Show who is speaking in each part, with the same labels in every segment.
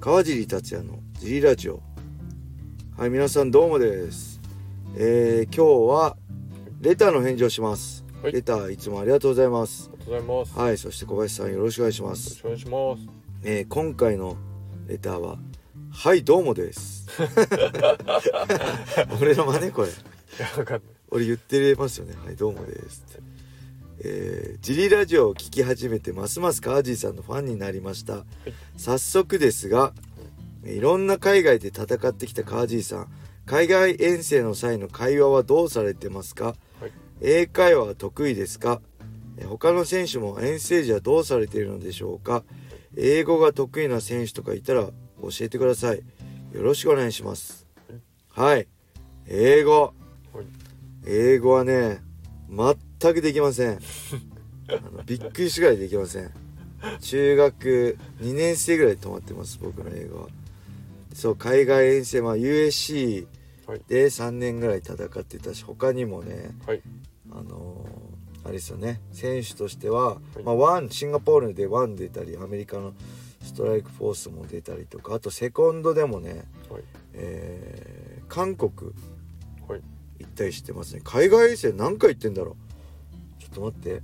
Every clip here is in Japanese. Speaker 1: 川尻達也のジリラジオはい皆さんどうもです、えー、今日はレターの返事をします、
Speaker 2: はい
Speaker 1: レターいつもありがとうございます
Speaker 2: ありがとうございます。よ
Speaker 1: はいそして小林さんよろしくお願いしま
Speaker 2: ろし
Speaker 1: す、
Speaker 2: くお願いします。
Speaker 1: えー、今回のレターははいどうもです 俺の真似これ
Speaker 2: いや、わかんない。
Speaker 1: 俺言ってますよねはいどうもですってえー、ジリラジオを聞き始めてますますカージーさんのファンになりました、早速ですがいろんな海外で戦ってきたカージーさん海外遠征の際の会話はどうされてますか、
Speaker 2: はい
Speaker 1: 英会話は得意ですかえー他の選手も遠征時はどうされているのでしょうか英語が得意な選手とかいたら教えてくださいよろしくお願いしますはい英語
Speaker 2: はい
Speaker 1: 英語はね全くできませんあのびっくりしぐらいできません中学2年生ぐらいで止まってます僕の英語はそう海外遠征まあ USC
Speaker 2: はい
Speaker 1: で3年ぐらい戦ってたし他にもね
Speaker 2: はい。
Speaker 1: あのーあれですよね選手としては、
Speaker 2: はい
Speaker 1: まあ、ワンシンガポールでワン出たりアメリカのストライクフォースも出たりとかあとセコンドでもね、
Speaker 2: はい。
Speaker 1: えー韓国
Speaker 2: はい。
Speaker 1: 行ったりしてますね海外遠征何回行ってんだろうちょっと待って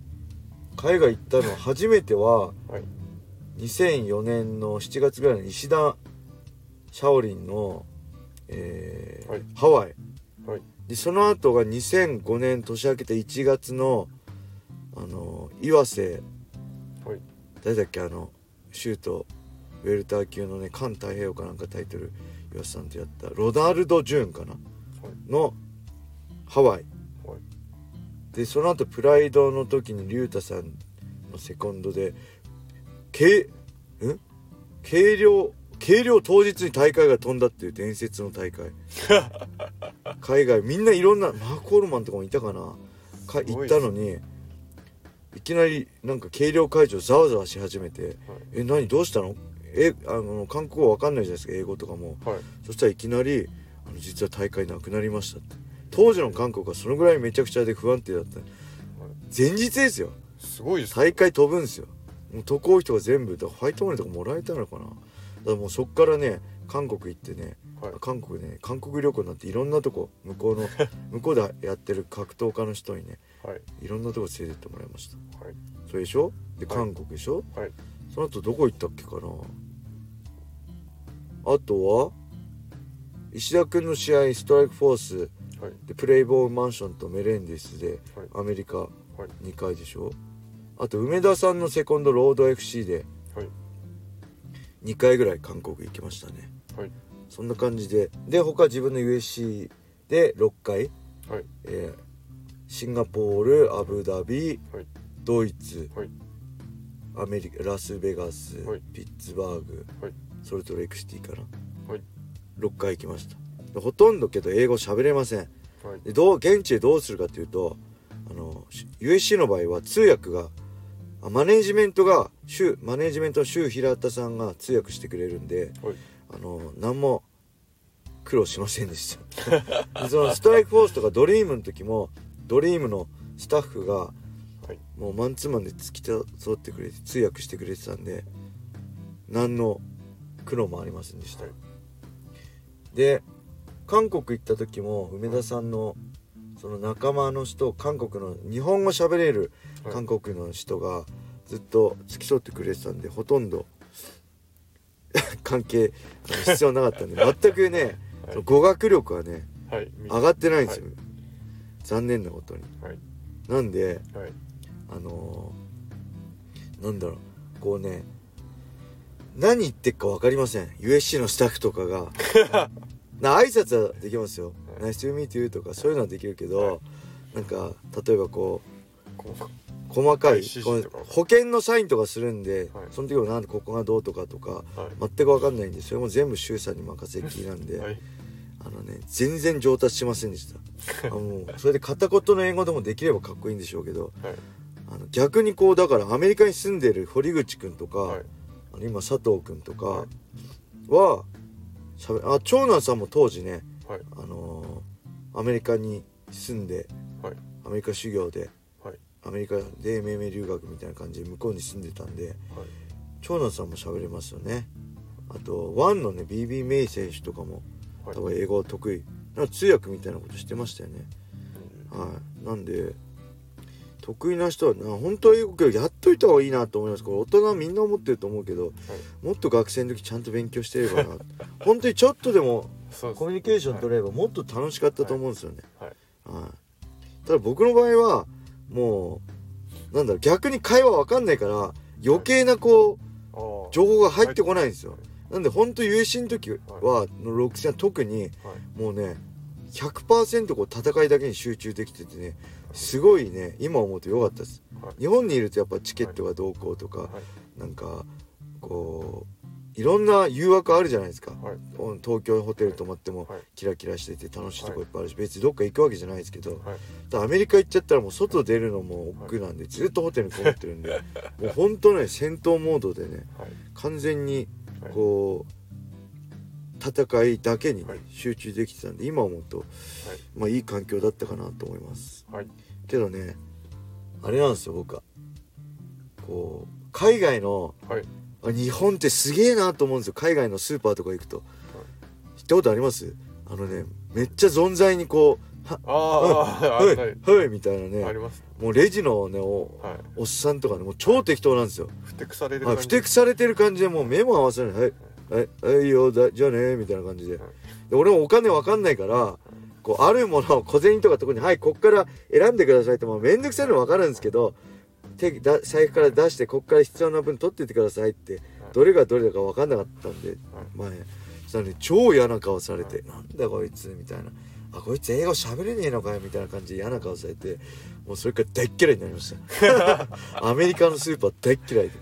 Speaker 1: 海外行ったの初めては
Speaker 2: はい。
Speaker 1: 2004年の7月ぐらいの石田シャオリンの、えー
Speaker 2: はい
Speaker 1: ハワイ
Speaker 2: はい。
Speaker 1: でその後が2005年年明けて1月のあの岩瀬
Speaker 2: はい。
Speaker 1: 誰だっけあのシュートウェルター級のね環太平洋かなんかタイトル岩瀬さんとやったロナルド・ジューンかな
Speaker 2: はい。
Speaker 1: のハワイ
Speaker 2: はい。
Speaker 1: でその後プライドの時に竜太さんのセコンドでけん軽量軽量当日に大会が飛んだっていう伝説の大 会海外みんないろんなマーク・オールマンとかもいたかなか
Speaker 2: すご
Speaker 1: 行っ
Speaker 2: いで
Speaker 1: た
Speaker 2: す
Speaker 1: のにいきなりなんか軽量会場ざわざわし始めて「え何どうしたのえ」あの韓国語わかんないじゃないですか英語とかも
Speaker 2: はい。はい。
Speaker 1: そしたらいきなり「あの実は大会なくなりました」って当時の韓国はそのぐらいめちゃくちゃで不安定だった前日ですよ
Speaker 2: すごいですね。
Speaker 1: 大会飛ぶんですよもう渡航費とか全部だからファイトマネーとかもらえたのかなだからもうそっからね韓国行ってね
Speaker 2: はい。
Speaker 1: 韓国ね韓国旅行になっていろんなとこ向 こうの向こうでやってる格闘家の人にね
Speaker 2: はい。
Speaker 1: いろんなとこ連れてってもらいました
Speaker 2: はい。
Speaker 1: それでしょで
Speaker 2: はい
Speaker 1: 韓国でしょ、
Speaker 2: はい。
Speaker 1: その後どこ行ったっけかなあとは石田君の試合ストライクフォース
Speaker 2: はい。
Speaker 1: でプレイボールマンションとメレンディスで
Speaker 2: はい
Speaker 1: アメリカ
Speaker 2: はい。
Speaker 1: 2回でしょあと梅田さんのセコンドロード FC で
Speaker 2: はい。
Speaker 1: 2回ぐらい韓国行きましたね
Speaker 2: はい。
Speaker 1: そんな感じでで他自分の USC で6回、
Speaker 2: はい。
Speaker 1: えーシンガポールアブダビ
Speaker 2: はい。
Speaker 1: ドイツ
Speaker 2: はい。
Speaker 1: アメリカラスベガス、
Speaker 2: はい
Speaker 1: ピッツバーグ
Speaker 2: はい。
Speaker 1: ソルトレイクシティかな
Speaker 2: はい。
Speaker 1: 6回行きましたでほとんどけど英語喋れません
Speaker 2: はい。
Speaker 1: でどう現地でどうするかというとあのし USC の場合は通訳があマネージメントが周マネージメントの周平田さんが通訳してくれるんで
Speaker 2: はい。
Speaker 1: あの何も苦労しませんでしたでそのストライクフォースとかドリームの時もドリームのスタッフが
Speaker 2: はい。
Speaker 1: もうマンツーマンで付き添ってくれて通訳してくれてたんで何の苦労もありませんでした、
Speaker 2: はい
Speaker 1: で韓国行った時も梅田さんのその仲間の人韓国の日本語喋れる
Speaker 2: はい
Speaker 1: 韓国の人がずっと付き添ってくれてたんでほとんど 関係あの必要なかったん で全くね、
Speaker 2: はい
Speaker 1: その語学力はね
Speaker 2: はい。
Speaker 1: 上がってないんですよ、残念なことに
Speaker 2: はい。
Speaker 1: なんで
Speaker 2: はい。
Speaker 1: あのーなんだろうこうね何言ってっか分かりません USC のスタッフとか がな挨拶はできますよ「
Speaker 2: は
Speaker 1: Nice to meet you」とかそういうのはできるけど、
Speaker 2: はい
Speaker 1: なんか例えばこう
Speaker 2: こう
Speaker 1: 細か
Speaker 2: はいい指示
Speaker 1: こう
Speaker 2: とか
Speaker 1: 保険のサインとかするんで、
Speaker 2: はい
Speaker 1: その時もなんでここがどうとかとか
Speaker 2: はい。
Speaker 1: 全く分かんないんでそれも全部周さんに任せっきりなんで、
Speaker 2: はい。
Speaker 1: あのね全然上達しませんでした あもうそれで片言の英語でもできればかっこいいんでしょうけど
Speaker 2: はい。
Speaker 1: あの逆にこうだからアメリカに住んでる堀口くんとか、
Speaker 2: はい。
Speaker 1: あの今佐藤くんと
Speaker 2: は
Speaker 1: かはしゃべあ長男さんも当時ね、
Speaker 2: はい。
Speaker 1: あのーアメリカに住んで
Speaker 2: はい。
Speaker 1: アメリカ修行で
Speaker 2: はい。
Speaker 1: アメリカで MMA 留学みたいな感じで向こうに住んでたんで
Speaker 2: はい。
Speaker 1: 長男さんも喋れますよねあとワンのね BB メイ選手とかも
Speaker 2: はい
Speaker 1: 多分英語得意なんか通訳みたいなことしてましたよねはいなんで得意な人はな本当は英語教育やっといた方がいいなと思いますこれ大人みんな思ってると思うけど、もっと学生の時ちゃんと勉強してればな 本当にちょっとでも
Speaker 2: そうです
Speaker 1: コミュニケーション取れればもっと楽しかったと思うんですよね、
Speaker 2: はい
Speaker 1: はい、ただ僕の場合はもうなんだろう逆に会話わかんないから余計なこう
Speaker 2: あー
Speaker 1: 情報が入ってこないんですよなんで本当 USC の時はの6戦は特に
Speaker 2: はい
Speaker 1: もうね100%こう戦いだけに集中できててねすごいね今思うと良かったです
Speaker 2: はい
Speaker 1: 日本にいるとやっぱチケットがどうこうとか
Speaker 2: はい
Speaker 1: なんかこういろんな誘惑あるじゃないですか
Speaker 2: はい
Speaker 1: 東京ホテル泊まっても
Speaker 2: はい
Speaker 1: キラキラしてて楽しいとこいっぱいあるし別にどっか行くわけじゃないですけど
Speaker 2: はい
Speaker 1: だからアメリカ行っちゃったらもう外出るのも億劫なんでずっとホテルにこもってるんでもうほんとね戦闘モードでね
Speaker 2: はい
Speaker 1: 完全に
Speaker 2: はい
Speaker 1: こう戦いだけにね
Speaker 2: はい
Speaker 1: 集中できてたんで今思うとまあいい環境だったかなと思います
Speaker 2: はい
Speaker 1: けどねあれなんですよ僕はこう海外の
Speaker 2: はい
Speaker 1: あ日本ってすげえなと思うんですよ海外のスーパーとか行くと知ったことありますあのねめっちゃ存在にこうは
Speaker 2: ああ
Speaker 1: はい
Speaker 2: はい
Speaker 1: はいみたいな
Speaker 2: あ
Speaker 1: ね
Speaker 2: ります
Speaker 1: もうレジのねお
Speaker 2: はい
Speaker 1: おっさんとかねもう超適当なんですよ、
Speaker 2: ふてくされる
Speaker 1: はい、
Speaker 2: 感
Speaker 1: ふ
Speaker 2: じ
Speaker 1: てくされてる感じでもう目も合わせないはいはいはいいいよだじゃあねみたいな感じでで俺もお金わかんないからこうあるものを小銭とかとこに「はいこっから選んでください」ってもうめんどくさいのわかるんですけど手だ財布から出してこっから必要な分取ってってくださいってどれがどれだかわかんなかったんで前したらね超嫌な顔されて「なんだこいつ」みたいな「あこいつ英語喋れねえのかよ」みたいな感じで嫌な顔されてもうそれから大っ嫌いになりました アメリカのスーパー大っ嫌いで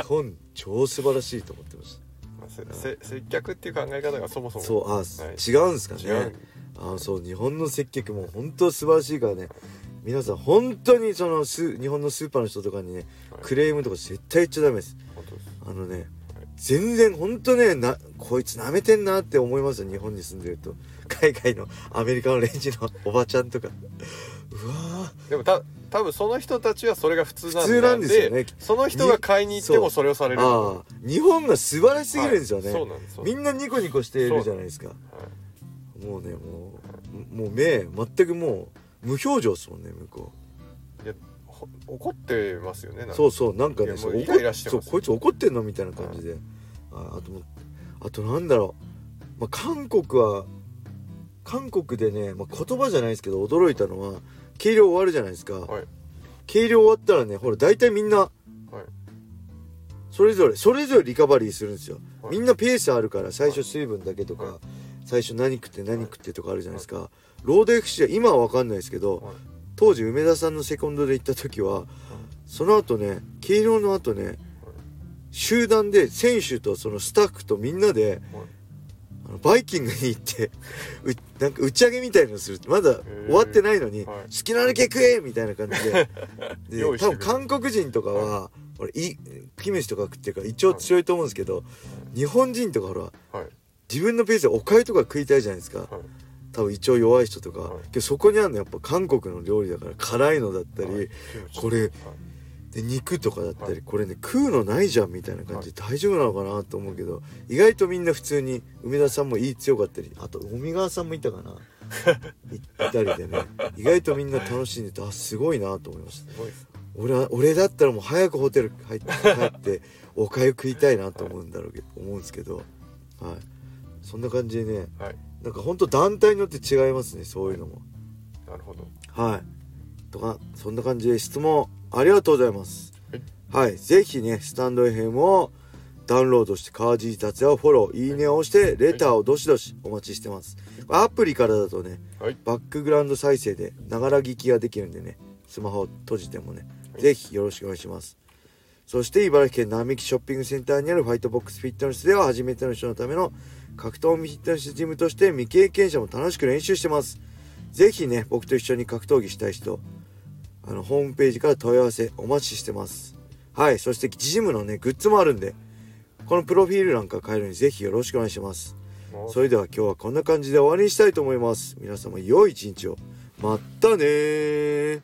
Speaker 1: 日本超素晴らしいと思ってまし
Speaker 2: まあせせ接客っていう考え方がそも
Speaker 1: た
Speaker 2: そも
Speaker 1: そうあ、
Speaker 2: はい
Speaker 1: 違うんですか
Speaker 2: 違う
Speaker 1: ねあそう日本の接客も本当素晴らしいからね皆さん本当にそのス日本のスーパーの人とかにね
Speaker 2: はい
Speaker 1: クレームとか絶対言っちゃダメです
Speaker 2: 本当です
Speaker 1: あのね全然本当ねなこいつ舐めてんなって思いますよ日本に住んでると 海外のアメリカのレンジの おばちゃんとかうわー
Speaker 2: でもた多分その人たちはそれが普通なんで
Speaker 1: 普通なんですよね
Speaker 2: その人が買いに行ってもそれをされる
Speaker 1: ああ日本が素晴らしすぎるんですよね、
Speaker 2: はいそうなんですそう
Speaker 1: み
Speaker 2: なん
Speaker 1: んなニコニコしているじゃないですか
Speaker 2: ですはい
Speaker 1: もうねもうもう目全くもう無表情ですもんね向こ
Speaker 2: いやほ怒ってますよねなん
Speaker 1: う
Speaker 2: か
Speaker 1: そうそうなんか
Speaker 2: い
Speaker 1: ね
Speaker 2: やも
Speaker 1: そうう
Speaker 2: イライラして
Speaker 1: そ
Speaker 2: ま
Speaker 1: う
Speaker 2: す
Speaker 1: こいつ怒ってんのみたいな感じで、ああともうあとなんだろう、まあ、韓国は韓国でね、まあ、言葉じゃないですけど驚いたのは計量終わるじゃないですか、
Speaker 2: はい
Speaker 1: 計量終わったらねほら大体みんな
Speaker 2: はい
Speaker 1: それぞれそれぞれリカバリーするんですよ、
Speaker 2: はい
Speaker 1: みんなペースあるから最初水分だけとか、
Speaker 2: はい
Speaker 1: 最初何食って何食ってとかあるじゃないですか、ロード FC は今は分かんないですけど、
Speaker 2: はい
Speaker 1: 当時梅田さんのセコンドで行った時はその後ね計量の後ね集団で選手とそのスタッフとみんなで
Speaker 2: はい
Speaker 1: あのバイキングに行ってうなんか打ち上げみたいのするまだ
Speaker 2: ー
Speaker 1: 終わってないのに、
Speaker 2: はい
Speaker 1: 好きなだけ食えみたいな感じ でで
Speaker 2: 用
Speaker 1: 多
Speaker 2: 意して
Speaker 1: 分
Speaker 2: くれる
Speaker 1: 韓国人とかは、俺いキムチとか食ってるから一応強いと思うんですけど、日本人とかほら
Speaker 2: はい
Speaker 1: 自分のペースでおかゆとか食いたいじゃないですか、
Speaker 2: はい
Speaker 1: 多分一応弱い人とか、
Speaker 2: はい
Speaker 1: けどそこにあるのやっぱ韓国の料理だから辛いのだったり、
Speaker 2: はい
Speaker 1: これ
Speaker 2: はい
Speaker 1: で肉とかだったり、
Speaker 2: はい
Speaker 1: これね食うのないじゃんみたいな感じで大丈夫なのかなと思うけど意外とみんな普通に梅田さんもいい強かったりあと尾身川さんもいた かないたりでね意外とみんな楽しんでてあすごいなと思いました
Speaker 2: すごいです
Speaker 1: 俺は俺だったらもう早くホテル入って帰っておかゆ食いたいなと思うんだろうけど思うんですけどはいそんな感じでね
Speaker 2: はい
Speaker 1: なんかほんと団体によって違いますねそういうのも
Speaker 2: なるほど
Speaker 1: はいとかそんな感じで質問ありがとうございます
Speaker 2: はい
Speaker 1: はい、ぜひね、スタンド FM をダウンロードして、川尻達也をフォロー、いいねを押して、レターをどしどしお待ちしてます。アプリからだとね、
Speaker 2: はい
Speaker 1: バックグラウンド再生で、ながら聞きができるんでね、スマホを閉じてもね、
Speaker 2: はい
Speaker 1: ぜひよろしくお願いします。そして、茨城県並木ショッピングセンターにあるファイトボックスフィットネスでは、初めての人のための格闘技フィットネスジムとして、未経験者も楽しく練習してます。ぜひね、僕と一緒に格闘技したい人、あの、ホームページから問い合わせお待ちしてます。はい。そして、ジムのね、グッズもあるんで、このプロフィールなんか変えるのにぜひよろしくお願いします。
Speaker 2: もう
Speaker 1: それでは今日はこんな感じで終わりにしたいと思います。皆様、良い一日を。またねー。